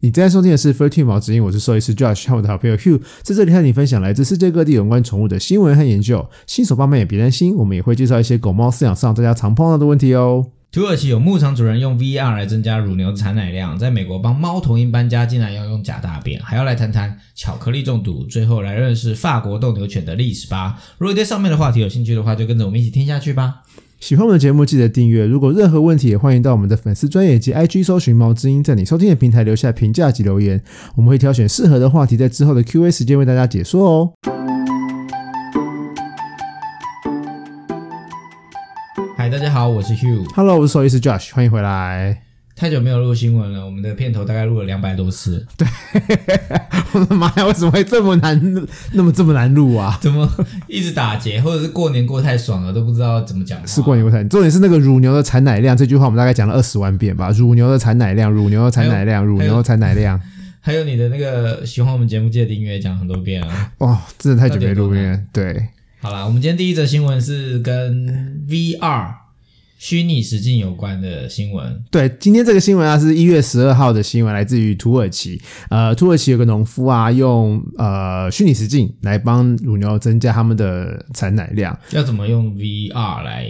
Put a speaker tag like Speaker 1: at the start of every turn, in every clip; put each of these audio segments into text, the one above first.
Speaker 1: 你正在收听的是 Thirteen 毛之音，我是兽医师 Josh 和我的好朋友 Hugh，在这里和你分享来自世界各地有关宠物的新闻和研究。新手爸妈也别担心，我们也会介绍一些狗猫饲养上大家常碰到的问题哦。
Speaker 2: 土耳其有牧场主人用 VR 来增加乳牛产奶量，在美国帮猫头鹰搬家，竟然要用假大便，还要来谈谈巧克力中毒，最后来认识法国斗牛犬的历史吧。如果对上面的话题有兴趣的话，就跟着我们一起听下去吧。
Speaker 1: 喜欢我们的节目，记得订阅。如果有任何问题，也欢迎到我们的粉丝专业及 IG 搜寻“毛之音”，在你收听的平台留下评价及留言，我们会挑选适合的话题，在之后的 Q&A 时间为大家解说哦。
Speaker 2: 嗨，大家好，我是 Hugh，
Speaker 1: Hello，我是兽医师 Josh，欢迎回来。
Speaker 2: 太久没有录新闻了，我们的片头大概录了两百多次，
Speaker 1: 我的妈呀，为什么会这么难，那么这么难录啊？
Speaker 2: 怎么一直打结，或者是过年过太爽了，都不知道怎么讲话。
Speaker 1: 是过年过产，重点是那个乳牛的产奶量这句话，我们大概讲了二十万遍吧。乳牛的产奶量，乳牛的产奶量，乳牛的产奶量。
Speaker 2: 还有你的那个喜欢我们节目，记得订阅，讲很多遍啊。
Speaker 1: 哦，真的太久没录音了。对，
Speaker 2: 好啦，我们今天第一则新闻是跟 VR 虚拟实境有关的新闻。
Speaker 1: 对，今天这个新闻啊，是一月十二号的新闻，来自于土耳其。呃，土耳其有个农夫啊，用呃虚拟实境来帮乳牛增加它们的产奶量。
Speaker 2: 要怎么用 VR 来？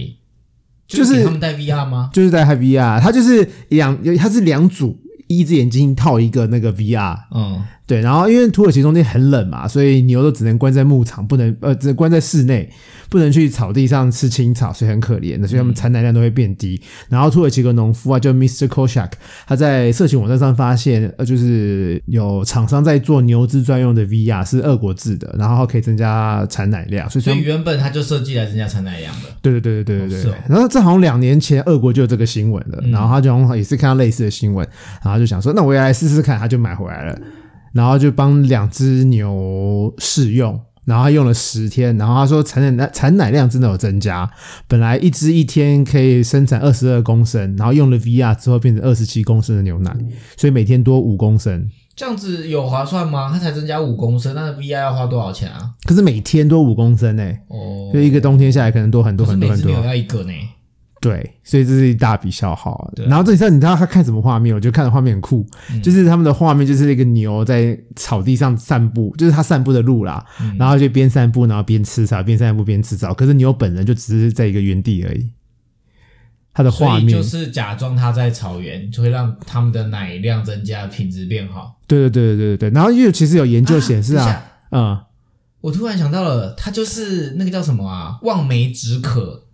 Speaker 1: 就是
Speaker 2: 给他们戴 VR 吗？
Speaker 1: 就是在 VR，它就是两，它是两组，一只眼睛套一个那个 VR，
Speaker 2: 嗯，
Speaker 1: 对，然后因为土耳其冬天很冷嘛，所以牛都只能关在牧场，不能呃，只能关在室内，不能去草地上吃青草，所以很可怜的，所以他们产奶量都会变低。然后土耳其有个农夫啊，叫 Mr. Koshak，他在社群网站上发现，呃，就是有厂商在做牛只专用的 VR，是俄国制的，然后可以增加产奶量，所以
Speaker 2: 所
Speaker 1: 说
Speaker 2: 以。原本它就设计来增加产奶量的。
Speaker 1: 对对对对对对
Speaker 2: 哦
Speaker 1: 对
Speaker 2: 是
Speaker 1: 对
Speaker 2: 哦，嗯
Speaker 1: 然后这好像两年前俄国就有这个新闻了，然后他就好像也是看到类似的新闻，然后就想说那我也来试试看，他就买回来了，然后就帮两只牛试用，然后他用了十天，然后他说产奶产奶量真的有增加，本来一只一天可以生产二十二公升，然后用了 VR 之后变成二十七公升的牛奶，所以每天多五公升，
Speaker 2: 这样子有划算吗？它才增加五公升，那 VR 要花多少钱啊？
Speaker 1: 可是每天多五公升呢、欸
Speaker 2: 哦，
Speaker 1: 就一个冬天下来可能多很多
Speaker 2: 可是
Speaker 1: 很多
Speaker 2: 每
Speaker 1: 很
Speaker 2: 只
Speaker 1: 多。
Speaker 2: 牛要一个呢。
Speaker 1: 对，所以这是一大笔消耗。
Speaker 2: 对啊嗯
Speaker 1: 然后这你知道你知道他看什么画面？我觉得看的画面很酷，就是他们的画面就是一个牛在草地上散步，就是它散步的路啦，
Speaker 2: 嗯
Speaker 1: 然后就边散步然后边吃草，边散步边吃草。可是牛本人就只是在一个原地而已，它的画
Speaker 2: 所以
Speaker 1: 面，
Speaker 2: 就是假装它在草原，就会让它们的奶量增加，品质变好。
Speaker 1: 对对对对对对。然后又其实有研究显示
Speaker 2: 等一
Speaker 1: 啊，
Speaker 2: 下
Speaker 1: 嗯，
Speaker 2: 我突然想到了，它就是那个叫什么啊？望梅止渴，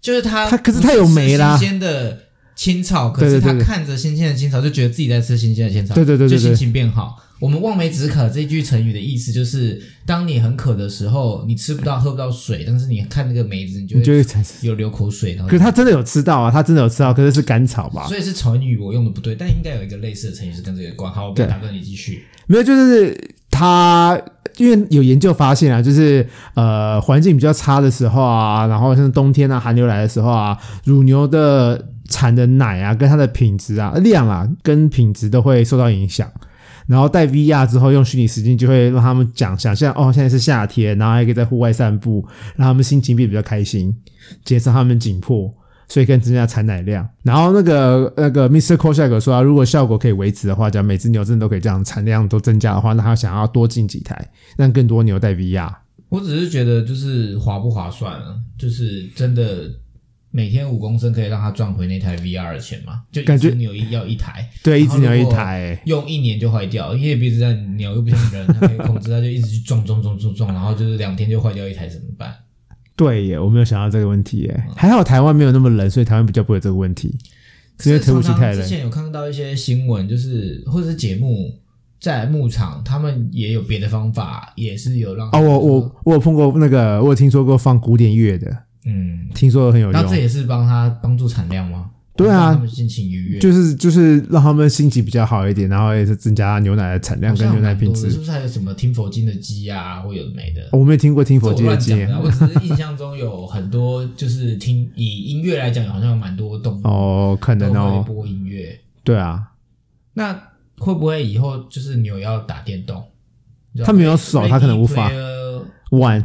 Speaker 2: 就是它
Speaker 1: 它可是它
Speaker 2: 不
Speaker 1: 有
Speaker 2: 吃
Speaker 1: 梅啦
Speaker 2: 新鲜的青草，可
Speaker 1: 对
Speaker 2: 是
Speaker 1: 对
Speaker 2: 它
Speaker 1: 对对
Speaker 2: 看着新鲜的青草，就觉得自己在吃新鲜的青草，
Speaker 1: 对对对对
Speaker 2: 就
Speaker 1: 对
Speaker 2: 心情变好。我们望梅止渴这句成语的意思就是，当你很渴的时候，你吃不到喝不到水，但是你看那个梅子，你就
Speaker 1: 你就
Speaker 2: 会
Speaker 1: 会产生。
Speaker 2: 有流口水，然后
Speaker 1: 可是他真的有吃到啊，他真的有吃到，可是是甘草吧？
Speaker 2: 所以是成语我用的不对，但应该有一个类似的成语是跟这个有关。好，我不要
Speaker 1: 对
Speaker 2: 打断你继续。
Speaker 1: 没有，就是他因为有研究发现啊，就是呃环境比较差的时候啊，然后像冬天啊寒流来的时候啊，乳牛的产的奶啊，跟它的品质啊量啊，跟品质都会受到影响。然后戴 VR 之后，用虚拟实境就会让他们讲想象哦，现在是夏天，然后还可以在户外散步，让他们心情变得比较开心，减少他们紧迫，所以更增加产奶量。然后那个那个 Mr. k o s h a k 说、啊，如果效果可以维持的话，讲每只牛真的都可以这样产量都增加的话，那他想要多进几台，让更多牛带 VR。
Speaker 2: 我只是觉得就是划不划算啊，就是真的每天五公升可以让他赚回那台 VR 的钱吗？就一
Speaker 1: 感觉
Speaker 2: 只牛一要一台，
Speaker 1: 对，一
Speaker 2: 然
Speaker 1: 只
Speaker 2: 后
Speaker 1: 牛一
Speaker 2: 如果
Speaker 1: 台、
Speaker 2: 用一年就坏掉，因为别只在鸟又不像人，它可以控制，它就一直去撞撞撞撞撞，然后就是两天就坏掉一台怎么办？
Speaker 1: 对耶，我没有想到这个问题耶。还好台湾没有那么冷，所以台湾比较不会有这个问题，是因为
Speaker 2: 可是
Speaker 1: 土耳其
Speaker 2: 常常
Speaker 1: 太
Speaker 2: 之
Speaker 1: 冷。
Speaker 2: 前有看到一些新闻，就是或者是节目在牧场，他们也有别的方法，也是有让
Speaker 1: 哦，我我我有碰过那个，我有听说过放古典乐的，
Speaker 2: 嗯，
Speaker 1: 听说很有
Speaker 2: 那这
Speaker 1: 用。
Speaker 2: 也是帮他帮助产量吗？
Speaker 1: 对啊
Speaker 2: 让他们心情愉悦。
Speaker 1: 就是就是让他们心情比较好一点，然后也是增加牛奶的产量
Speaker 2: 好
Speaker 1: 跟
Speaker 2: 像
Speaker 1: 牛奶
Speaker 2: 蛮
Speaker 1: 品
Speaker 2: 多的
Speaker 1: 质
Speaker 2: 是。不是还有什么听佛经的鸡啊，或有的没的？
Speaker 1: 我没有听过听佛
Speaker 2: 这
Speaker 1: 经的
Speaker 2: 我乱
Speaker 1: 经
Speaker 2: 讲
Speaker 1: 验
Speaker 2: 的啊，我只是印象中有很多，就是听以音乐来讲，好像有蛮多动物
Speaker 1: 哦，可
Speaker 2: 都
Speaker 1: 能
Speaker 2: 会
Speaker 1: 哦，
Speaker 2: 播音乐。
Speaker 1: 对啊，
Speaker 2: 那会不会以后就是牛要打电动？啊
Speaker 1: 哦他没有手他可能无法
Speaker 2: 然
Speaker 1: 玩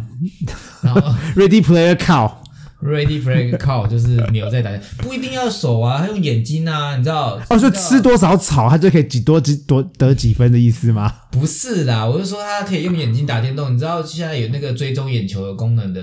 Speaker 2: 后
Speaker 1: Ready Player Cow，
Speaker 2: Ready flag cow 就是牛在打架，不一定要手啊，它用眼睛啊，你知道？
Speaker 1: 哦，就
Speaker 2: 你知道
Speaker 1: 吃多少草，它就可以几多几多得几分的意思吗？
Speaker 2: 不是啦，我是说它可以用眼睛打电动，你知道现在有那个追踪眼球的功能的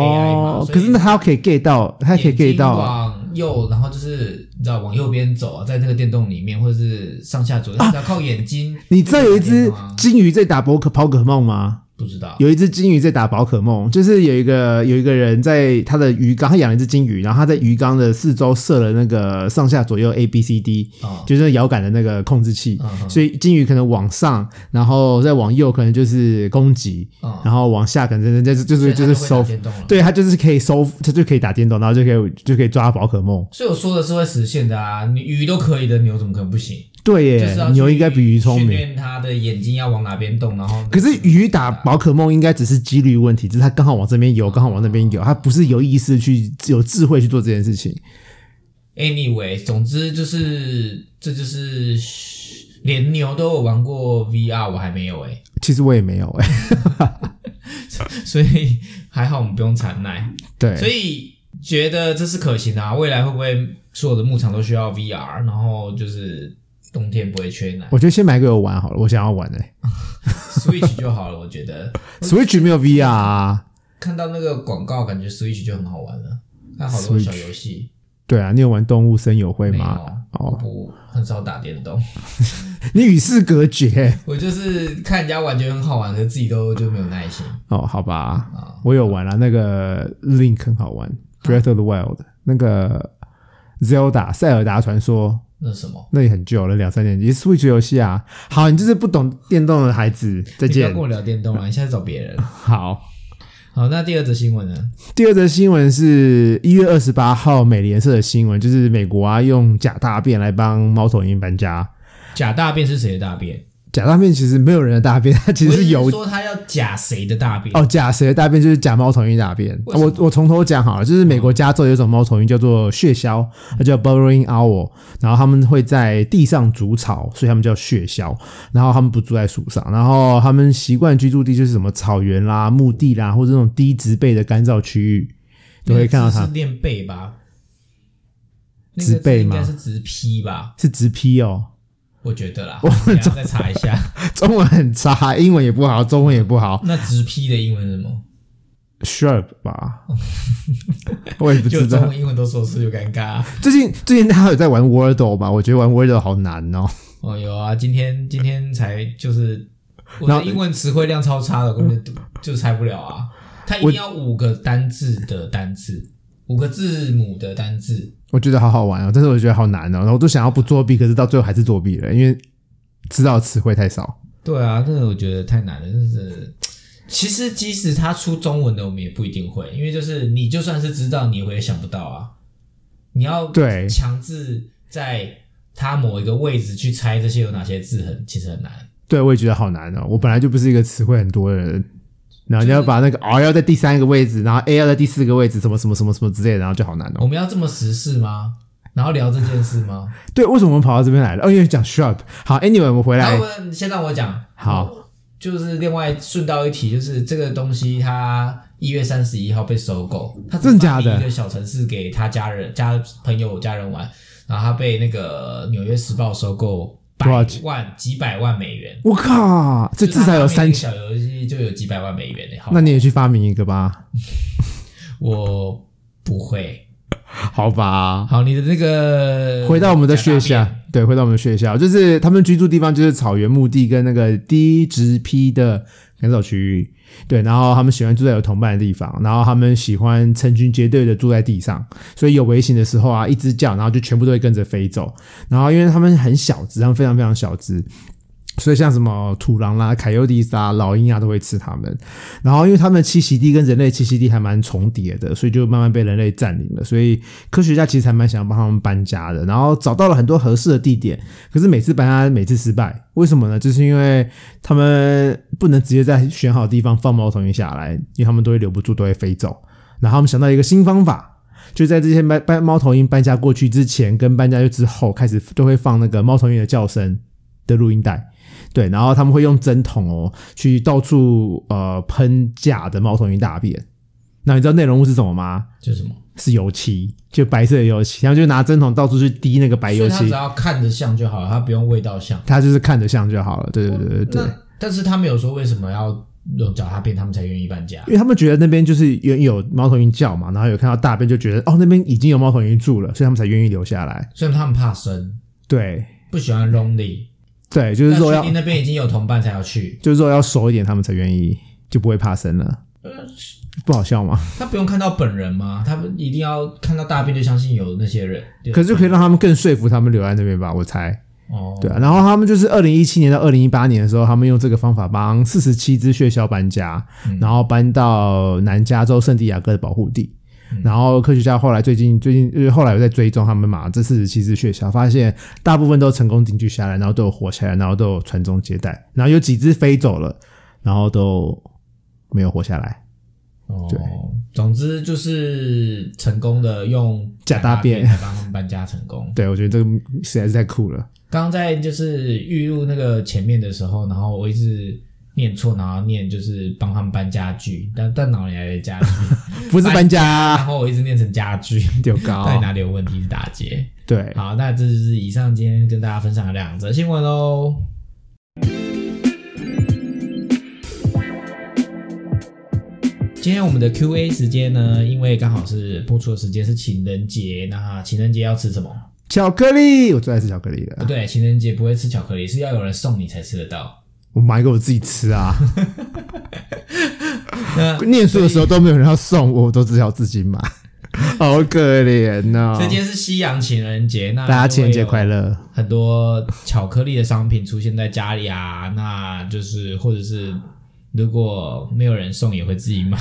Speaker 2: AI 嘛？
Speaker 1: 哦，
Speaker 2: 所以
Speaker 1: 可是那它可以 get 到，它可以 get 到啊。
Speaker 2: 往右，然后就是你知道往右边走啊，在那个电动里面，或者是上下左右，
Speaker 1: 啊
Speaker 2: 只要靠眼睛。
Speaker 1: 你知道有一
Speaker 2: 就
Speaker 1: 只
Speaker 2: 可以打电动啊
Speaker 1: 金鱼在打宝可宝可梦吗？
Speaker 2: 不 知道
Speaker 1: 有一只金鱼在打宝可梦，就是有一个有一个人在他的鱼缸，他养了一只金鱼，然后他在鱼缸的四周设了那个上下左右 A B C D，
Speaker 2: 啊？
Speaker 1: 就是那个摇杆的那个控制器，
Speaker 2: 嗯
Speaker 1: 所以金鱼可能往上，然后再往右可能就是攻击，
Speaker 2: 嗯嗯
Speaker 1: 然后往下可能就是就
Speaker 2: 所以
Speaker 1: 是就
Speaker 2: 它
Speaker 1: 是
Speaker 2: 会打
Speaker 1: 收，
Speaker 2: 电动了。
Speaker 1: 对，他就是可以收，他就可以打电动，然后就可以就可以抓宝可梦。
Speaker 2: 所以我说的是会实现的啊，你鱼都可以的，牛怎么可能不行？
Speaker 1: 对
Speaker 2: 就是
Speaker 1: 耶
Speaker 2: 要，去
Speaker 1: 牛应该比鱼聪
Speaker 2: 训
Speaker 1: 明。
Speaker 2: 练它的眼睛要往哪边动，然后
Speaker 1: 可是鱼打宝可梦应该只是几率问题，只是它刚好往这边游，刚好往那边
Speaker 2: 哦
Speaker 1: 游，它不是有意识去有智慧去做这件事情。
Speaker 2: anyway，总之就是这就是连牛都有玩过 VR，我还没有哎、
Speaker 1: 其实我也没有哎、
Speaker 2: 所以还好我们不用产奶，所
Speaker 1: 对，
Speaker 2: 以觉得这是可行的、啊。未来会不会所有的牧场都需要 VR，然后就是冬天不会缺 奶
Speaker 1: 我觉得先买给我玩好了，我想要玩哎、
Speaker 2: ，Switch 就好了。我觉得
Speaker 1: Switch 没有 VR 啊？
Speaker 2: 看到那个广告，感觉 Switch 就很好玩了，看好多小游戏。
Speaker 1: 对啊，你有玩动物森友会
Speaker 2: 没有
Speaker 1: 吗？，
Speaker 2: 我
Speaker 1: 哦，
Speaker 2: 不很少打电动，
Speaker 1: 你与世隔绝
Speaker 2: 我就是看人家玩觉得很好玩，可是自己都就没有耐心
Speaker 1: 哦，好吧，
Speaker 2: 啊。
Speaker 1: 我有玩啊，那个 Link 很好玩，Breath of the Wild 那个 Zelda 塞尔达传说
Speaker 2: 那什么，
Speaker 1: 那也很久了，两三年，也是 Switch 游戏啊。好，你就是不懂电动的孩子，再
Speaker 2: 你不要
Speaker 1: 见
Speaker 2: 跟。我聊电动啊，你现在找别人。
Speaker 1: 好，
Speaker 2: 好，那第二则新闻呢？
Speaker 1: 第二则新闻是一月二十八号美联社的新闻，就是美国啊用假大便来帮猫头鹰搬家。
Speaker 2: 假大便是谁的大便？
Speaker 1: 假大便其实没有人的大便，它其实
Speaker 2: 我一
Speaker 1: 是
Speaker 2: 直
Speaker 1: 有
Speaker 2: 说他要假谁的大便？
Speaker 1: 哦，假谁的大便就是假猫头鹰大便。
Speaker 2: 为什么嗯
Speaker 1: 我我从头讲好了，就是美国加州有一种猫头鹰叫做血鸮，它叫 burrowing owl，然后它们会在地上筑巢，所以它们叫血鸮。然后它们不住在树上，然后它们习惯居住地就是什么草原啦、墓地啦，或者那种低植被的干燥区域，都会看到
Speaker 2: 那个
Speaker 1: 它
Speaker 2: 字是练背吧？那
Speaker 1: 直
Speaker 2: 个字
Speaker 1: 背
Speaker 2: 应
Speaker 1: 吗
Speaker 2: 该是直批吧？
Speaker 1: 是直批哦。
Speaker 2: 我觉得啦，我们再查一下。
Speaker 1: 中文很差，英文也不好，中文也不好
Speaker 2: 那直批的英文是什么？
Speaker 1: ，sharp 吧，我也不
Speaker 2: 就
Speaker 1: 知
Speaker 2: 中
Speaker 1: 道。
Speaker 2: 文、英文都说是有尴尬、啊
Speaker 1: 最近最近大家有在玩 Wordle 吧？我觉得玩 Wordle 好难哦。
Speaker 2: 哦，有啊，今天今天才就是我
Speaker 1: 然
Speaker 2: 的
Speaker 1: 后
Speaker 2: 英文词汇量超差的，根本就就猜不了啊。它一定要五个单字的单字，五个字母的单字。
Speaker 1: 我觉得好好玩哦，但是我觉得好难哦，然后我都想要不作弊，可是到最后还是作弊了，因为知道的词汇太少。
Speaker 2: 对啊，这个我觉得太难了，真是。其实即使它出中文的，我们也不一定会，因为就是你就算是知道，你也想不到啊。你要
Speaker 1: 对
Speaker 2: 强制在它某一个位置去猜这些有哪些字很，其实很难。
Speaker 1: 对，我也觉得好难哦。我本来就不是一个词汇很多的人，然后你要把那个 R 要在第三个位置，然后 A 要在第四个位置，什么什么什么什么之类的，然后就好难
Speaker 2: 我
Speaker 1: 哦。
Speaker 2: 们要这么时事吗？然后聊这件事吗？
Speaker 1: 对，为什么我们跑到这边来了？哦，因为讲 sharp。好，Anyway，我们回来
Speaker 2: 然后。我先让我讲。
Speaker 1: 好，
Speaker 2: 就是另外顺道一提，就是这个东西它一月三十一号被收购，它只
Speaker 1: 真的假的
Speaker 2: 发一个小城市给他家人、家朋友、家人玩，然后他被那个《纽约时报》收购百
Speaker 1: 多少钱
Speaker 2: 万几百万美元，
Speaker 1: 我靠，这至少有三
Speaker 2: 就是它发明一个小游戏就有几百万美元欸的、好吧
Speaker 1: 那你也去发明一个吧？
Speaker 2: 我不会。
Speaker 1: 好吧。
Speaker 2: 好，你的啊那个
Speaker 1: 回到我们的
Speaker 2: 假
Speaker 1: 学
Speaker 2: 大
Speaker 1: 校
Speaker 2: 便，
Speaker 1: 对，回到我们的学校，就是他们居住地方就是草原墓地跟那个低植批的干燥区域，对，然后他们喜欢住在有同伴的地方，然后他们喜欢成群结队的住在地上，所以有危险的时候啊，一只叫，然后就全部都会跟着飞走，然后因为他们很小只，他们非常非常小只。所以像什么土狼啦、凯尤迪斯啊、老鹰啊都会吃它们，然后因为它们的栖息地跟人类栖息地还蛮重叠的，所以就慢慢被人类占领了。所以科学家其实还蛮想要帮他们搬家的，然后找到了很多合适的地点，可是每次搬家每次失败，为什么呢？就是因为哦他们不能直接在选好的地方放猫头鹰下来，因为他们都会留不住，都会飞走。然后他们想到一个新方法。就在这些搬搬猫头鹰搬家过去之前，跟搬家去之后，开始都会放那个猫头鹰的叫声的录音带，对，然后他们会用针筒哦去到处呃喷假的猫头鹰大便，那你知道内容物是什么吗？
Speaker 2: 这是什么？
Speaker 1: 是油漆，就白色的油漆，然后就拿针筒到处去滴那个白油
Speaker 2: 所以它只
Speaker 1: 漆，
Speaker 2: 要看着像就好了，它不用味道像。
Speaker 1: 它就是看着像就好了。对对对对对，
Speaker 2: 那但是他们有说为什么要用脚踏便，他们才愿意搬家
Speaker 1: 因？为他们觉得那边就是原有猫头鹰叫嘛，然后有看到大便就觉得哦那边已经有猫头鹰住了，所以他们才愿意留下来。
Speaker 2: 所以他们怕生，
Speaker 1: 对
Speaker 2: 不喜欢 lonely。
Speaker 1: 对，就是肉
Speaker 2: 那
Speaker 1: 要
Speaker 2: 确定那边已经有同伴才要去，
Speaker 1: 就是肉要熟一点，他们才愿意就不会怕生了。不好 笑吗？
Speaker 2: 呃他不用看到本人吗？他们一定要看到大便就相信有那些人。对
Speaker 1: 可是就可以让他们更说服他们留在那边吧，我猜。
Speaker 2: 哦，
Speaker 1: 对啊，然后他们就是二零一七年到二零一八年的时候，他们用这个方法帮四十七只血鸮搬家，然后搬到南加州圣地亚哥的保护地。然后科学家后来最近最近就是后来有在追踪他们嘛，这四十七只血鸮，发现大部分都成功定居下来，然后都有活下来，然后都有传宗接代，然后有几只飞走了，然后都没有活下来。
Speaker 2: 哦
Speaker 1: 对
Speaker 2: 总之就是成功的用
Speaker 1: 假大便
Speaker 2: 来帮他们搬家成功。
Speaker 1: 对我觉得这个实在是太酷了。
Speaker 2: 刚刚在就是预录那个前面的时候，然后我一直念错，然后念就是帮他们搬家具，但但脑里还在家具，
Speaker 1: 不是搬
Speaker 2: 然
Speaker 1: 家，
Speaker 2: 后我一直念成家具，
Speaker 1: 丢
Speaker 2: 到底
Speaker 1: 高。
Speaker 2: 哪里有问题是打结？
Speaker 1: 对，
Speaker 2: 好，那这就是以上今天跟大家分享的两则新闻喽。今天我们的 Q&A 时间呢，因为刚好是播出的时间是情人节，那情人节要吃什么？
Speaker 1: 巧克力，我最爱吃巧克力
Speaker 2: 不
Speaker 1: 了，
Speaker 2: 对，情人节不会吃巧克力，是要有人送你才吃得到。
Speaker 1: 我买给我自己吃啊。
Speaker 2: 那
Speaker 1: 念书的时候都没有人要送我，我都只好自 己买，好可怜呐、
Speaker 2: 所以今天是西洋情人节，那
Speaker 1: 大家情人节快！乐！
Speaker 2: 很多巧克力的商品出现在家里啊，那就是或者是如果没有人送，也会自己 买。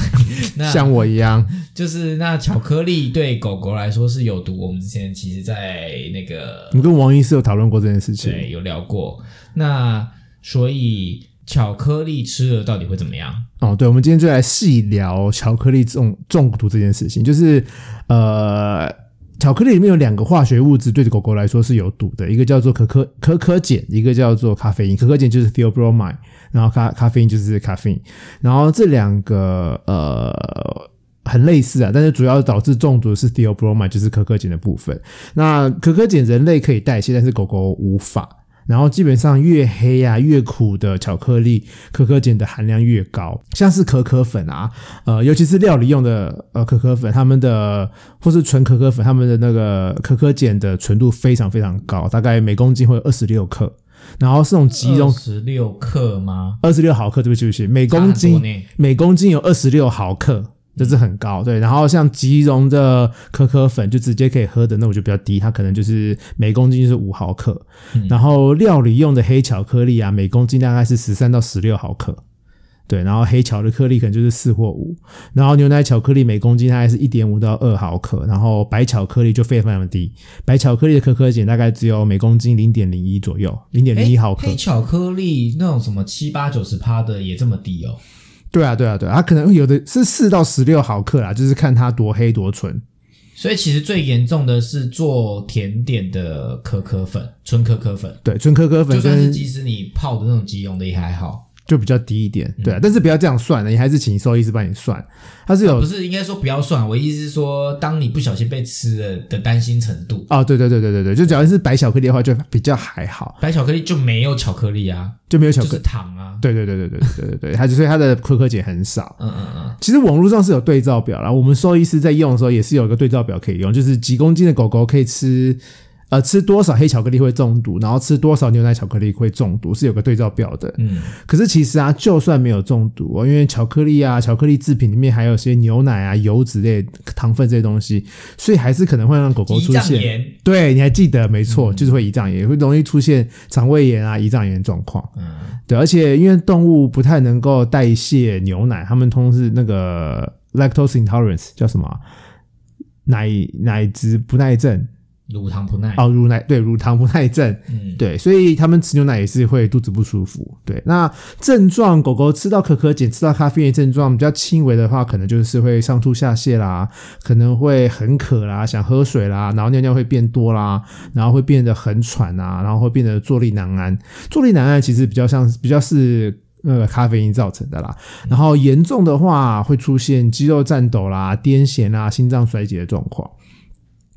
Speaker 2: 那
Speaker 1: 像我一样，
Speaker 2: 嗯就是那巧克力对狗狗来说是有毒，我们之前其实，在那个
Speaker 1: 我们跟王医师有讨论过这件事情。
Speaker 2: 对有聊过。那所以巧克力吃了到底会怎么样？
Speaker 1: 哦，对，我们今天就来细聊巧克力中中毒这件事情，就是呃，巧克力里面有两个化学物质对狗狗来说是有毒的，一个叫做可可可可碱，一个叫做咖啡因。可可碱就是 theobromine，然后咖咖啡因就是咖啡因，然后这两个呃。很类似啊，但是主要导致中毒的是 theobromine，就是可可碱的部分。那可可碱人类可以代谢，但是狗狗无法。然后基本上越黑呀、越苦的巧克力，可可碱的含量越高，像是可可粉啊，呃，尤其是料理用的呃可可粉，它们的或是纯可可粉，它们的那个可可碱的纯度非常非常高，大概每公斤会有二十六克，然后是那种集中
Speaker 2: 十六克吗？
Speaker 1: 二十六毫克，对不起，对不起，每公
Speaker 2: 差
Speaker 1: 斤
Speaker 2: 很多呢
Speaker 1: 每公斤有二十六毫克，这是很高。对，然后像吉隆的可可粉就直接可以喝的，那我就比较低，它可能就是每公斤是五毫克。
Speaker 2: 嗯
Speaker 1: 然后料理用的黑巧克力啊，每公斤大概是十三到十六毫克。对，然后黑巧克力可能就是四或五，然后牛奶巧克力每公斤大概是一点五到二毫克，然后白巧克力就非常非常低，白巧克力的可可碱大概只有每公斤零点零一左右，零点零一
Speaker 2: 诶
Speaker 1: 毫克。
Speaker 2: 黑巧克力那种什么七八九十趴的也这么低哦。
Speaker 1: 对啊，对啊，对啊，它可能有的是四到十六毫克啦，就是看它多黑多纯。
Speaker 2: 所以其实最严重的是做甜点的可可粉，纯可可粉，
Speaker 1: 对，纯可可粉
Speaker 2: 就算是
Speaker 1: 跟
Speaker 2: 即使你泡的那种即溶的也还好，
Speaker 1: 就比较低一点，对啊，但是不要这样算了，你还是请兽医师帮你算，它是有
Speaker 2: 不是应该说不要算，我意思是说，当你不小心被吃了的担心程度，
Speaker 1: 哦，对对对对对对，就只要是白巧克力的话就比较还好，
Speaker 2: 白巧克力就没有巧克力啊，
Speaker 1: 就没有巧
Speaker 2: 就
Speaker 1: 克
Speaker 2: 是
Speaker 1: 力，
Speaker 2: 糖啊。
Speaker 1: 对对对对对对对对对，它就所以它的可可碱很少。
Speaker 2: 嗯嗯嗯，
Speaker 1: 其实网络上是有对照表啦，我们兽医师在用的时候也是有一个对照表可以用，就是几公斤的狗狗可以吃，呃，吃多少黑巧克力会中毒，然后吃多少牛奶巧克力会中毒，是有个对照表的。
Speaker 2: 嗯，
Speaker 1: 可是其实啊，就算没有中毒、哦，因为巧克力啊、巧克力制品里面还有些牛奶啊、油脂类、糖分这些东西，所以还是可能会让狗狗
Speaker 2: 胰
Speaker 1: 出
Speaker 2: 脏
Speaker 1: 现。
Speaker 2: 炎，
Speaker 1: 对，你还记得没错，就是会胰脏炎，会容易出现肠胃炎啊、胰脏炎的状况。
Speaker 2: 嗯，
Speaker 1: 对，而且因为动物不太能够代谢牛奶，它们通是那个 lactose intolerance 叫什么啊奶奶质不耐症
Speaker 2: 乳糖不耐，
Speaker 1: 哦，乳奶对乳糖不耐症，
Speaker 2: 嗯，
Speaker 1: 对，所以他们吃牛奶也是会肚子不舒服。对，那症状狗狗吃到可可碱、吃到咖啡因的症状比较轻微的话，可能就是会上吐下泻啦，可能会很渴啦，想喝水啦，然后尿尿会变多啦，然后会变得很喘啊，然后会变得坐立难安。坐立难安其实比较像比较是呃咖啡因造成的啦。然后严重的话会出现肌肉颤抖啦、癫痫啊、心脏衰竭的状况。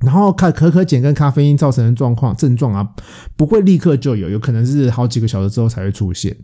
Speaker 1: 然后看可可碱跟咖啡因造成的状况症状啊，不会立刻就有，有可能是好几个小时之后才会出现。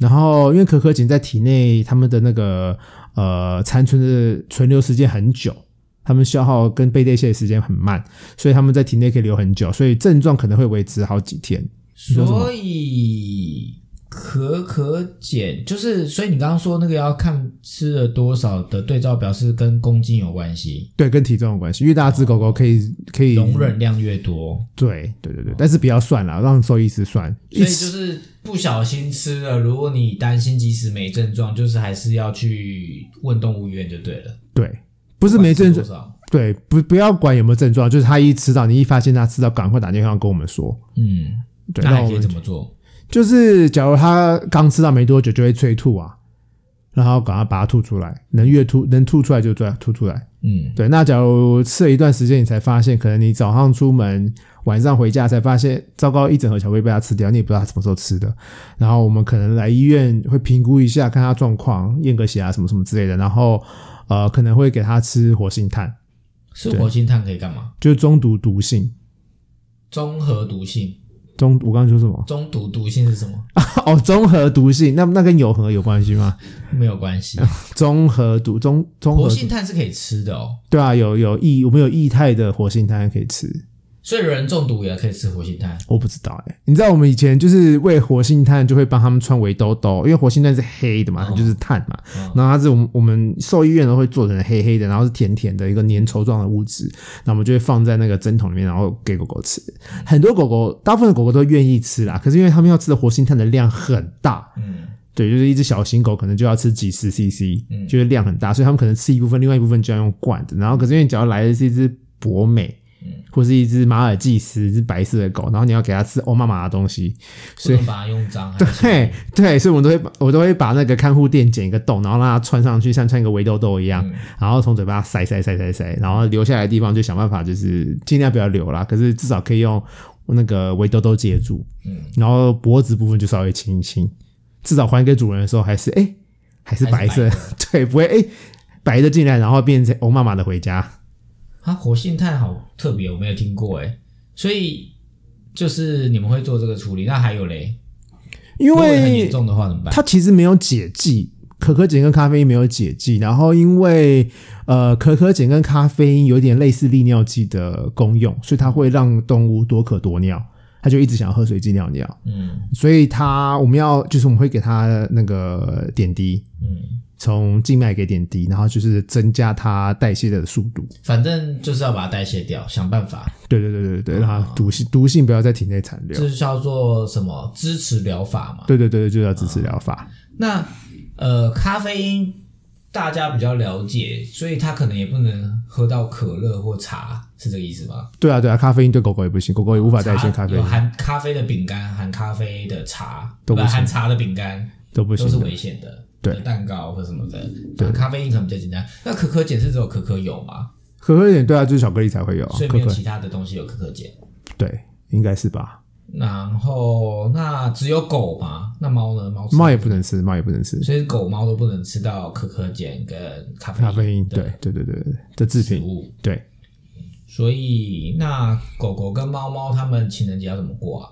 Speaker 1: 然后因为可可碱在体内它们的那个呃残存的存留时间很久，它们消耗跟被代谢的时间很慢，所以它们在体内可以留很久，所以症状可能会维持好几天。说什么
Speaker 2: 所以可可碱就是，所以你刚刚说那个要看吃了多少的对照表是跟公斤有关系，
Speaker 1: 对，跟体重有关系，因为大家吃狗狗可以可以
Speaker 2: 容忍量越多，
Speaker 1: 对对对对，但是不要算了，让兽医师算。
Speaker 2: 所以
Speaker 1: 一
Speaker 2: 就
Speaker 1: 吃
Speaker 2: 是不小心吃了，如果你担心即使没症状，就是还是要去问动物医院就对了，
Speaker 1: 对，不是没症状
Speaker 2: 管吃，多少？
Speaker 1: 对，不不要管有没有症状，就是他一吃到，你一发现他吃到，赶快打电话跟我们说。
Speaker 2: 嗯，
Speaker 1: 对，
Speaker 2: 那
Speaker 1: 那
Speaker 2: 还
Speaker 1: 我
Speaker 2: 可以怎
Speaker 1: 们
Speaker 2: 么做？
Speaker 1: 就是假如他刚吃到没多久就会催吐啊，然后赶快把它吐出来，能越吐能吐出来就吐吐出来。
Speaker 2: 嗯，
Speaker 1: 对，那假如吃了一段时间，你才发现，可能你早上出门，晚上回家才发现，糟糕，一整盒巧克力被它吃掉，你也不知道它什么时候吃的。然后我们可能来医院会评估一下，看它状况，验个血啊什么什么之类的。然后呃，可能会给它吃活性炭，
Speaker 2: 吃
Speaker 1: 对
Speaker 2: 活性炭可以干嘛？
Speaker 1: 就是中毒毒性。
Speaker 2: 综合毒性，
Speaker 1: 中，我刚刚说什么？
Speaker 2: 中毒毒性是什么？
Speaker 1: 哦，综合毒性，那那跟有核有关系吗？
Speaker 2: 没有关系，
Speaker 1: 综合毒，综综合
Speaker 2: 活
Speaker 1: 毒
Speaker 2: 性炭是可以吃的哦，
Speaker 1: 对啊，有有液，我们有液态的活性炭可以吃。
Speaker 2: 所以有人中毒也可以吃活性炭。
Speaker 1: 我不知道哎、你知道我们以前就是为活性炭就会帮他们穿围兜兜，因为活性炭是黑的嘛，它就是炭嘛。
Speaker 2: 嗯
Speaker 1: 然后它是我们我们兽医院都会做成黑黑的，然后是甜甜的一个粘稠状的物质，那我们就会放在那个针筒里面，然后给狗狗吃。很多狗狗，大部分的狗狗都愿意吃啦，可是因为它们要吃的活性炭的量很大，
Speaker 2: 嗯，
Speaker 1: 对，就是一只小型狗可能就要吃几十 CC，、
Speaker 2: 嗯
Speaker 1: 就是量很大，所以他们可能吃一部分，另外一部分就要用罐子。然后可是因为你只要来的是一只博美，
Speaker 2: 嗯
Speaker 1: 或是一只马尔济斯，一只白色的狗，然后你要给它吃欧妈妈的东西，
Speaker 2: 不
Speaker 1: 所以
Speaker 2: 能把它用脏。啊还是
Speaker 1: 对对，所以我都会把我都会把那个看护垫剪一个洞，然后让它穿上去，像穿一个围兜兜一样，
Speaker 2: 嗯
Speaker 1: 然后从嘴巴塞塞塞塞塞，然后留下来的地方就想办法就是尽量不要留啦，可是至少可以用那个围兜兜接住。
Speaker 2: 嗯，
Speaker 1: 然后脖子部分就稍微清一清，至少还给主人的时候还是哎、还是白色，
Speaker 2: 还
Speaker 1: 对，不会哎、白的进来，然后变成哦欧妈妈的回家。
Speaker 2: 它啊活性炭好特别，我没有听过哎。所以就是你们会做这个处理，那还有嘞，
Speaker 1: 因
Speaker 2: 如果很严
Speaker 1: 为
Speaker 2: 重的话怎么办？
Speaker 1: 它其实没有解剂，可可碱跟咖啡因没有解剂，然后因为呃可可碱跟咖啡因有点类似利尿剂的功用，所以它会让动物多渴多尿，它就一直想要喝水机尿尿，
Speaker 2: 嗯
Speaker 1: 所以它我们要就是我们会给它那个点滴，
Speaker 2: 嗯，
Speaker 1: 从静脉给点滴，然后就是增加它代谢的速度。
Speaker 2: 反正就是要把它代谢掉，想办法。
Speaker 1: 对对对对对，让它毒性毒性不要在体内残留。
Speaker 2: 哦这是叫做什么支持疗法嘛？
Speaker 1: 对对对对，就要支持疗法。
Speaker 2: 那呃，咖啡因大家比较了解，所以它可能也不能喝到可乐或茶，是这个意思吗？
Speaker 1: 对啊对啊，咖啡因对狗狗也不行，狗狗也无法代谢
Speaker 2: 茶
Speaker 1: 咖啡
Speaker 2: 有
Speaker 1: 因，
Speaker 2: 含咖啡的饼干，含咖啡的茶，
Speaker 1: 都不行
Speaker 2: 含茶的饼干
Speaker 1: 都不
Speaker 2: 都是
Speaker 1: 行的。
Speaker 2: 危险的。
Speaker 1: 对
Speaker 2: 蛋糕或什么的，
Speaker 1: 对
Speaker 2: 咖啡因可能比较简单。那可可碱是只有可可有嘛，
Speaker 1: 可可碱对啊，就是巧克力才会有啊，
Speaker 2: 所以没
Speaker 1: 可
Speaker 2: 有
Speaker 1: 可
Speaker 2: 其他的东西有可可碱。
Speaker 1: 对，应该是吧？
Speaker 2: 然后那只有狗嘛，那猫呢？猫吃
Speaker 1: 猫也不能吃，猫也不能吃
Speaker 2: 所以狗猫都不能吃到可可碱跟咖啡
Speaker 1: 咖啡因。
Speaker 2: 的
Speaker 1: 对对对对对，这制
Speaker 2: 食
Speaker 1: 品
Speaker 2: 物。
Speaker 1: 对。
Speaker 2: 所以那狗狗跟猫猫它们情人节要怎么过啊？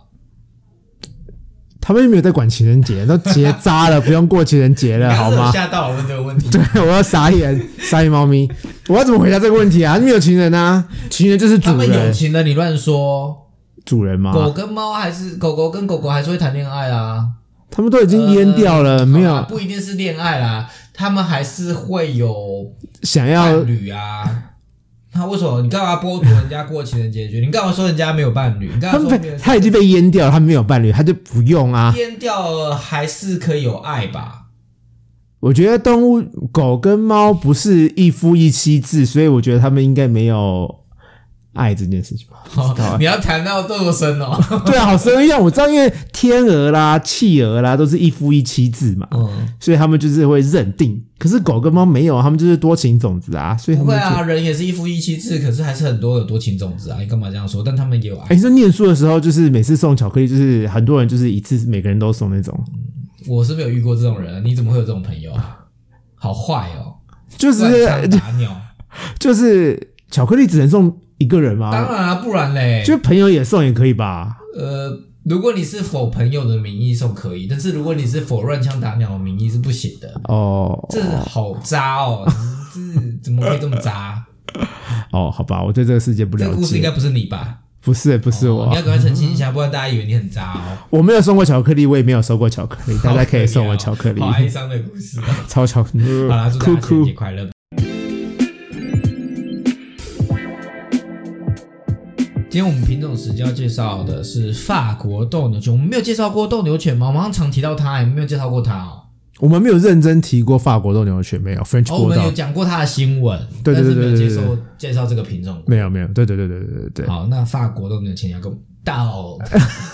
Speaker 1: 他们又没有在管情人节，都结扎了，不用过情人节 了，啊好
Speaker 2: 刚刚是有
Speaker 1: 吗？
Speaker 2: 吓到我问这个问题。
Speaker 1: 对，我要傻 眼，傻眼猫咪，我要怎么回答这个问题啊？没有情人啊，情人就是
Speaker 2: 他
Speaker 1: 主
Speaker 2: 们有
Speaker 1: 人，
Speaker 2: 情人，你乱说。
Speaker 1: 主人吗？
Speaker 2: 狗跟猫还是狗狗跟狗狗还是会谈恋爱啊？
Speaker 1: 他们都已经淹掉了，呃没
Speaker 2: 呃好啦
Speaker 1: 有
Speaker 2: 不一定是恋爱啦，他们还是会有
Speaker 1: 想要
Speaker 2: 伴侣啊。那为什么你干嘛剥夺人家过情人节决定？你干嘛说人家没有伴侣？你干
Speaker 1: 他
Speaker 2: 嘛
Speaker 1: 们
Speaker 2: 说别
Speaker 1: 被
Speaker 2: 人
Speaker 1: 他已经被淹掉了，他没有伴侣，他就不用啊。
Speaker 2: 阉掉了还是可以有爱吧？
Speaker 1: 我觉得动物狗跟猫不是一夫一妻制，所以我觉得他们应该没有爱这件事情吧。
Speaker 2: 你要谈到这么深哦。
Speaker 1: 对啊，好深奥。我知道，因为天鹅啦、企鹅啦都是一夫一妻制嘛，
Speaker 2: 嗯，
Speaker 1: 所以他们就是会认定。可是狗跟猫没有，他们就是多情种子啊，所以他
Speaker 2: 不会
Speaker 1: 们就。
Speaker 2: 啊，人也是一夫一妻制，可是还是很多有多情种子啊。你干嘛这样说？但他们
Speaker 1: 哎
Speaker 2: 也有爱
Speaker 1: 哎，，你说念书的时候，就是每次送巧克力，就是很多人就是一次每个人都送那种，
Speaker 2: 我是没有遇过这种人，啊你怎么会有这种朋友？啊好坏哦，
Speaker 1: 就
Speaker 2: 乱
Speaker 1: 是
Speaker 2: 枪打 鸟。
Speaker 1: 就是巧克力只能送一个人吗？
Speaker 2: 当然啊，不然嘞，
Speaker 1: 就朋友也送也可以吧？
Speaker 2: 呃，如果你是否朋友的名义送可以，但是如果你是否乱枪打鸟的名义是不行的。
Speaker 1: 哦
Speaker 2: 这好渣哦，这怎么可以这么渣？
Speaker 1: 哦，好吧，我对这个世界不
Speaker 2: 这
Speaker 1: 了
Speaker 2: 个故事应
Speaker 1: 解
Speaker 2: 该。不是你吧？
Speaker 1: 不是不是
Speaker 2: 哦
Speaker 1: 我
Speaker 2: 你，要赶快澄清一下，不然大家以为你很渣哦。
Speaker 1: 我没有送过巧克力，我也没有收过巧克 力，大家可以送我
Speaker 2: 好哦
Speaker 1: 巧克力
Speaker 2: 好，哀伤的故事哦。
Speaker 1: 超巧克力。
Speaker 2: 好啦，祝大
Speaker 1: 哭
Speaker 2: 家情人
Speaker 1: 哭
Speaker 2: 节。快乐。今天我们品种时要介绍的是法国斗牛犬，我们没有介绍过斗牛犬吗？我们好像常提到它，也没有介绍过它哦。
Speaker 1: 我们没有认真提过法国斗牛犬，没有 French
Speaker 2: 哦，我们有
Speaker 1: Bulldog，
Speaker 2: 讲过它的新闻，
Speaker 1: 对对对对
Speaker 2: 但是没有
Speaker 1: 对
Speaker 2: 介
Speaker 1: 对
Speaker 2: 绍介绍这个品种。
Speaker 1: 没有没有，对对对对对对对。
Speaker 2: 好，那法国斗牛犬要跟我们 到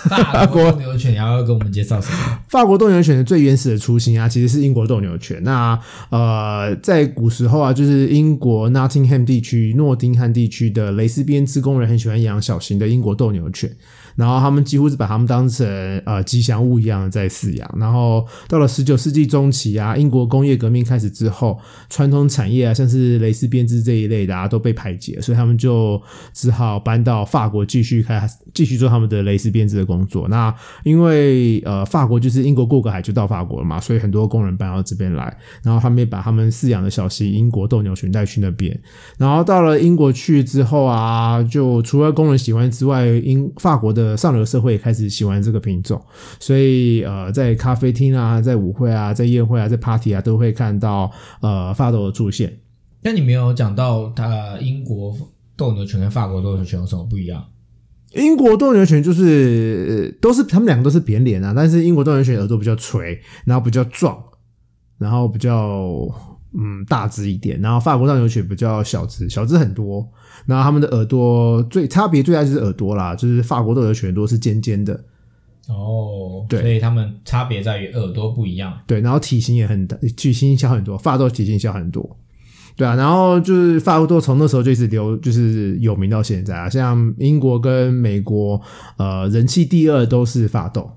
Speaker 2: 法国斗牛犬要跟我们介绍什么？
Speaker 1: 法国斗牛犬的最原始的雏形啊，其实是英国斗牛犬。那呃，在古时候啊，就是英国 Nottingham 地区、诺丁汉地区的蕾丝边支工人很喜欢养小型的英国斗牛犬，然后他们几乎是把它们当成呃吉祥物一样在饲养。然后到了十九世纪中期啊，英国工业革命开始之后，传统产业啊，像是蕾丝编织这一类的啊，都被排解，所以他们就只好搬到法国继续开继续做他们的蕾丝编织的工作。那因为呃，法国就是英国过个海就到法国了嘛，所以很多工人搬到这边来，然后他们也把他们饲养的小型英国斗牛犬带去那边。然后到了英国去之后啊，就除了工人喜欢之外，英法国的上流社会也开始喜欢这个品种，所以呃，在咖啡厅啊，在舞会啊，在宴会啊，在 party 啊，都会看到呃法斗的出现。
Speaker 2: 那你没有讲到它英国斗牛犬跟法国斗牛犬有什么不一样？
Speaker 1: 英国斗牛犬就是呃都是他们两个都是扁脸啊，但是英国斗牛犬耳朵比较垂，然后比较壮，然后比较嗯大只一点，然后法国斗牛犬比较小只，小只很多。然后他们的耳朵最差别最大就是耳朵啦，就是法国斗牛犬耳朵是尖尖的，
Speaker 2: 哦，
Speaker 1: 对
Speaker 2: 所以它们差别在于耳朵不一样。
Speaker 1: 对，然后体型也很大，体型小很多，法斗体型小很多。对啊，然后就是法斗从那时候就一直流，就是有名到现在啊。像英国跟美国，呃，人气第二都是法斗，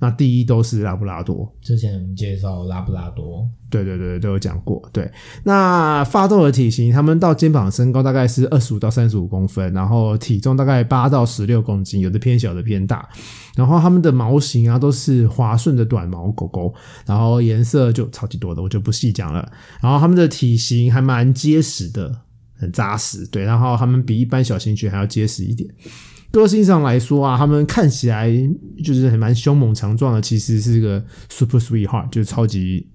Speaker 1: 那第一都是拉布拉多。
Speaker 2: 之前我们介绍拉布拉多，
Speaker 1: 对对对，都有讲过。对，那发豆的体型，他们到肩膀的身高大概是二十五到三十五公分，然后体重大概八到十六公斤，有的偏小，有的偏大。然后他们的毛型啊都是滑顺的短毛狗狗，然后颜色就超级多的，我就不细讲了。然后他们的体型还蛮结实的，很扎实。对，然后他们比一般小型犬还要结实一点。个性上来说啊，他们看起来就是很蛮凶猛强壮的，其实是个 super sweetheart，就是超级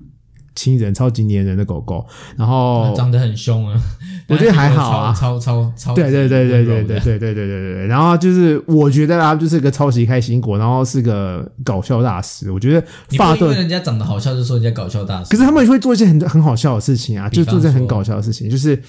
Speaker 1: 亲人、超级粘人的狗狗。然后
Speaker 2: 长得很凶啊，
Speaker 1: 哦我 觉得还好啊
Speaker 2: 超超超，超
Speaker 1: 对对对对
Speaker 2: 温柔
Speaker 1: 对
Speaker 2: 的
Speaker 1: 对对对对对对对。然后就是我觉得啦，就是个超级开心果，然后是个搞笑大师。我觉得
Speaker 2: 你
Speaker 1: 发
Speaker 2: 不因为
Speaker 1: 顿，
Speaker 2: 人家长得好笑就说人家搞笑大
Speaker 1: 可
Speaker 2: 师，
Speaker 1: 是他们会做一些很很好笑的事情啊，
Speaker 2: 比
Speaker 1: 就
Speaker 2: 方
Speaker 1: 做一些很
Speaker 2: 说
Speaker 1: 搞笑的事情，就是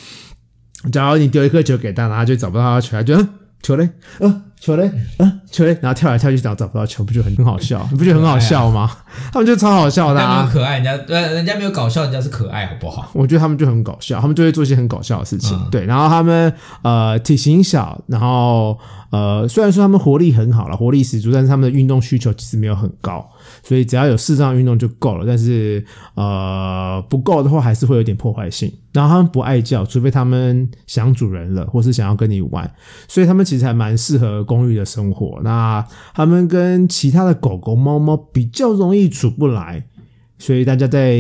Speaker 1: 假如你丢一颗球给他，然后他就找不到他的球，他就。嗯球嘞，呃，球嘞，
Speaker 2: 嗯
Speaker 1: 呃，球嘞，然后跳来跳去找找不到球，不就很很好笑？你不觉得很
Speaker 2: 啊
Speaker 1: 好笑吗？他们就超好笑
Speaker 2: 人
Speaker 1: 的、
Speaker 2: 家没有
Speaker 1: 啊，
Speaker 2: 可爱，人家呃人家没有搞笑，人家是可爱，好不好？
Speaker 1: 我觉得他们就很搞笑，他们就会做一些很搞笑的事情。
Speaker 2: 嗯
Speaker 1: 对，然后他们呃体型小，然后呃虽然说他们活力很好了，活力十足，但是他们的运动需求其实没有很高，所以只要有适当的运动就够了。但是呃不够的话，还是会有点破坏性。然后他们不爱叫，除非他们想主人了，或是想要跟你玩，所以他们其实还蛮适合公寓的生活。那他们跟其他的狗狗、猫猫比较容易处不来。所以大家在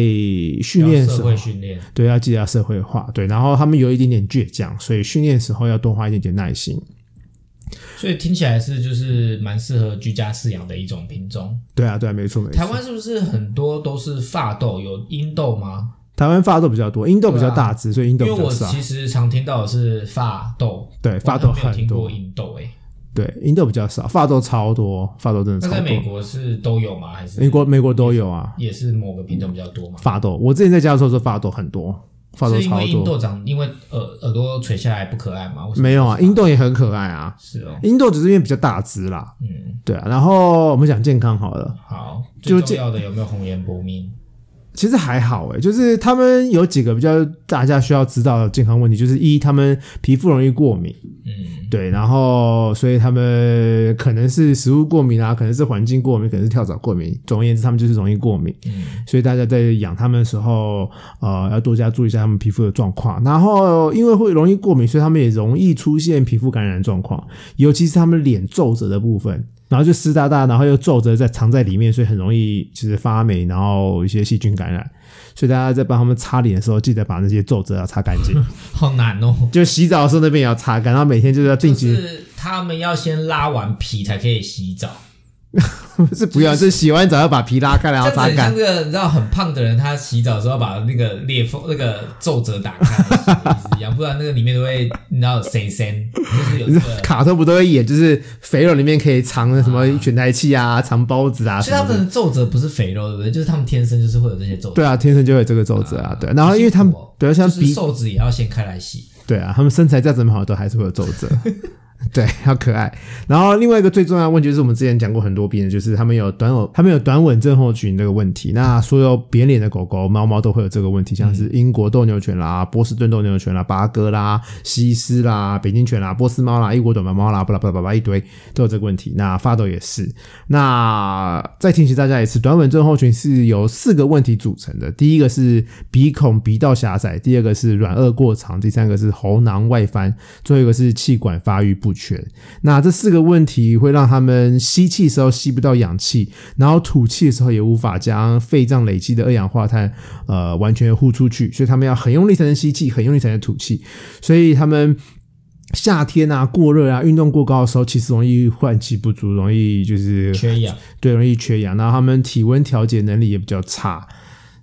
Speaker 1: 训练
Speaker 2: 要
Speaker 1: 的时
Speaker 2: 社
Speaker 1: 候
Speaker 2: 会，训练，
Speaker 1: 对，要记得要社会化，对，然后他们有一点点倔强，所以训练时候要多花一点点耐心，
Speaker 2: 所以听起来是就是蛮适合居家饲养的一种品种。
Speaker 1: 对啊，对啊，没错没错。
Speaker 2: 台湾是不是很多都是发豆有英豆吗？
Speaker 1: 台湾发豆比较多，英豆比较大只，所以英
Speaker 2: 啊因
Speaker 1: 豆
Speaker 2: 为
Speaker 1: 比较啊
Speaker 2: 我
Speaker 1: 少，
Speaker 2: 其实常听到的是发豆，
Speaker 1: 对，发豆
Speaker 2: 我好像没有
Speaker 1: 很
Speaker 2: 听
Speaker 1: 多
Speaker 2: 过，英豆诶、欸
Speaker 1: 对，英豆比较少，发豆超多，发豆真的
Speaker 2: 那
Speaker 1: 超
Speaker 2: 在美
Speaker 1: 多。
Speaker 2: 国是都有吗？还是
Speaker 1: 美国美国都有啊，
Speaker 2: 也是某个品种比较多吗？
Speaker 1: 发豆。我之前在家的时候说发豆很多，发豆
Speaker 2: 是因
Speaker 1: 超
Speaker 2: 为英
Speaker 1: 多。
Speaker 2: 豆长，因为耳耳朵垂下来不可爱吗？为什么
Speaker 1: 没有啊，英豆也很可爱啊，
Speaker 2: 是哦，
Speaker 1: 英豆只是因为比较大只啦，
Speaker 2: 嗯，
Speaker 1: 对啊。然后我们讲健康好了，
Speaker 2: 好，
Speaker 1: 就这
Speaker 2: 最重要的有没有红颜薄命？
Speaker 1: 其实还好诶，就是他们有几个比较大家需要知道的健康问题，就是一，他们皮肤容易过敏，
Speaker 2: 嗯，
Speaker 1: 对，然后所以他们可能是食物过敏啊，可能是环境过敏，可能是跳蚤过敏，总而言之，他们就是容易过敏。
Speaker 2: 嗯
Speaker 1: 所以大家在养它们的时候，呃，要多加注意一下它们皮肤的状况。然后，呃因为会容易过敏，所以它们也容易出现皮肤感染的状况，尤其是它们脸皱褶的部分，然后就湿哒哒，然后又皱褶在藏在里面，所以很容易其实发霉，然后一些细菌感染。所以大家在帮它们擦脸的时候，记得把那些皱褶要啊擦干净。
Speaker 2: 好难哦。
Speaker 1: 就洗澡的时候那边也要擦干，然后每天就是要定
Speaker 2: 就
Speaker 1: 期，
Speaker 2: 是他们要先拉完皮才可以洗澡，
Speaker 1: 呃是不要，是洗完澡要把皮拉开，然后
Speaker 2: 这样子
Speaker 1: 擦
Speaker 2: 很
Speaker 1: 干
Speaker 2: 像。那个你知道很胖的人，他洗澡的时候把那个裂缝、那个皱褶打开的意思一样，不然那个里面都会你知道塞塞，就是有这 个。
Speaker 1: 卡通不都会演，就是肥肉里面可以藏什么卷台器啊，藏包子啊
Speaker 2: 所
Speaker 1: 什
Speaker 2: 以他
Speaker 1: 么
Speaker 2: 们
Speaker 1: 的。
Speaker 2: 的皱褶不是肥肉，对不对？就是他们天生就是会有这些皱褶。
Speaker 1: 对啊，天生就会有这个皱褶啊，对。然后因为他们
Speaker 2: 好辛苦哦，
Speaker 1: 对啊，像
Speaker 2: 就是
Speaker 1: 鼻，
Speaker 2: 瘦子也要先开来洗。
Speaker 1: 对啊，他们身材再怎么好，都还是会有皱 褶。对，好可爱。然后另外一个最重要的问题就是我们之前讲过很多遍的，就是他们有短偶，他们有短吻症候群这个问题。那所有扁脸的狗狗、猫猫都会有这个问题，
Speaker 2: 嗯
Speaker 1: 像是英国斗牛犬啦、波士顿斗牛犬啦、八哥啦、西施啦、北京犬啦、波斯猫啦、英国短毛猫啦，巴拉巴拉巴拉一堆都有这个问题。那发抖也是。那再提醒大家一次，短吻症候群是由四个问题组成的。第一个是鼻孔鼻道狭窄，第二个是软腭过长，第三个是喉囊外翻，最后一个是气管发育不全。那这四个问题会让他们吸气的时候吸不到氧气，然后吐气的时候也无法将肺脏累积的二氧化碳呃完全呼出去，所以他们要很用力才能吸气，很用力才能吐气，所以他们。夏天啊，过热啊，运动过高的时候，其实容易换气不足，容易就是
Speaker 2: 缺氧，
Speaker 1: 对，容易缺氧，然后他们体温调节能力也比较差。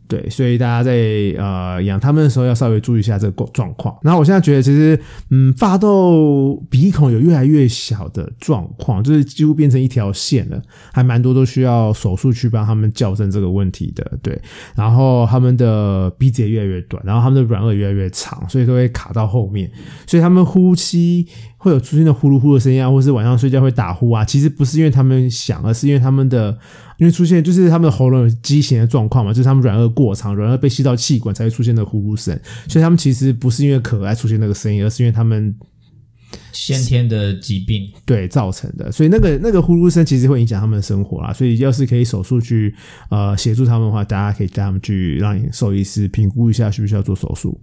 Speaker 1: 对，所以大家在呃养它们的时候要稍微注意一下这个状况。然后我现在觉得，其实嗯，发豆鼻孔有越来越小的状况，就是几乎变成一条线了，还蛮多都需要手术去帮他们矫正这个问题的。对，然后他们的鼻子也越来越短，然后他们的软腭越来越长，所以都会卡到后面，所以他们呼吸会有出现的呼噜呼的声音啊，或是晚上睡觉会打呼啊，其实不是因为他们想，而是因为他们的因为出现就是他们的喉咙有畸形的状况嘛，就是他们软腭过长，软腭被吸到气管才会出现的呼噜声，所以他们其实不是因为可爱出现那个声音，而是因为他们
Speaker 2: 先天的疾病。
Speaker 1: 对造成的，所以那个那个呼噜声其实会影响他们的生活啦，所以要是可以手术去呃协助他们的话，大家可以带他们去让兽医师评估一下需不需要做手术。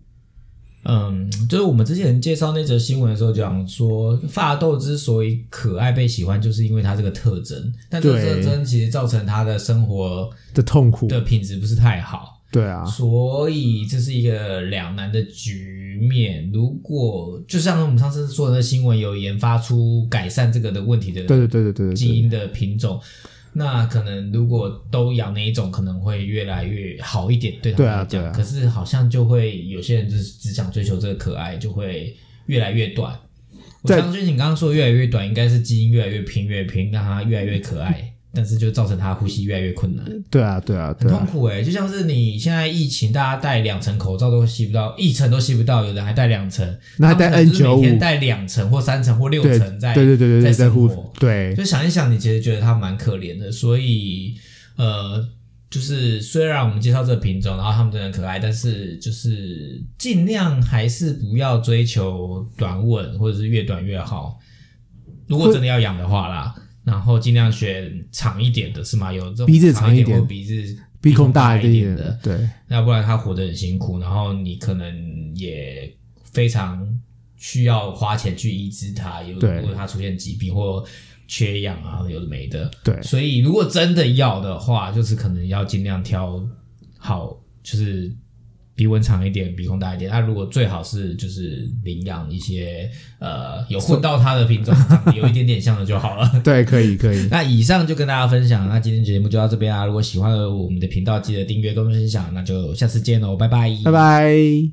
Speaker 2: 嗯，就是我们之前介绍那则新闻的时候讲说，发豆之所以可爱被喜欢，就是因为它这个特征。但这个
Speaker 1: 对
Speaker 2: 特征其实造成它的生活
Speaker 1: 的痛苦，
Speaker 2: 的品质不是太好，
Speaker 1: 对啊，
Speaker 2: 所以这是一个两难的局面。如果就像我们上次说的那新闻，有研发出改善这个的问题的
Speaker 1: 对对对对对对
Speaker 2: 基
Speaker 1: 对，
Speaker 2: 因的品种，那可能如果都养那一种，可能会越来越好一点，对他
Speaker 1: 对
Speaker 2: 们
Speaker 1: 啊
Speaker 2: 来讲。
Speaker 1: 对啊
Speaker 2: 可是好像就会有些人就是只想追求这个可爱，就会越来越短。我
Speaker 1: 对
Speaker 2: 相信你刚刚说越来越短，应该是基因越来越平，越来越平，让它越来越可爱，但是就造成它呼吸越来越困难，
Speaker 1: 对啊对啊
Speaker 2: 很
Speaker 1: 对
Speaker 2: 痛
Speaker 1: 啊，
Speaker 2: 苦诶、就像是你现在疫情，大家戴两层口罩都吸不到，一层都吸不到，有人还戴两层，
Speaker 1: 那还戴
Speaker 2: 他们可能就是每
Speaker 1: N95
Speaker 2: 天戴两层或三层或六
Speaker 1: 对
Speaker 2: 层在
Speaker 1: 对对对对
Speaker 2: 在
Speaker 1: 在
Speaker 2: 生
Speaker 1: 乎
Speaker 2: 活。
Speaker 1: 对
Speaker 2: 就想一想，你其实觉得它蛮可怜的，所以呃，就是虽然我们介绍这个品种，然后它们真的很可爱，但是就是尽量还是不要追求短吻，或者是越短越好。如果真的要养的话啦，然后尽量选长一点的，是吗？有这种
Speaker 1: 鼻子
Speaker 2: 长
Speaker 1: 长一
Speaker 2: 一
Speaker 1: 点
Speaker 2: 点，或鼻子
Speaker 1: 鼻孔大
Speaker 2: 一
Speaker 1: 一
Speaker 2: 点
Speaker 1: 点
Speaker 2: 的，，
Speaker 1: 对
Speaker 2: 要不然它活得很辛苦，然后你可能也非常需要花钱去医治它，有
Speaker 1: 对
Speaker 2: 如果它出现疾病或缺氧啊，有的没的。
Speaker 1: 对
Speaker 2: 所以如果真的要的话，就是可能要尽量挑好，就是鼻纹长一点，鼻孔大一点。那如果最好是就是领养一些呃有混到它的品种，长得有一点点像的就好了。
Speaker 1: 对，可以可以。
Speaker 2: 那以上就跟大家分享，那今天节目就到这边啊。如果喜欢我们的频道，记得订阅跟分享，那就下次见喽，拜拜，
Speaker 1: 拜拜。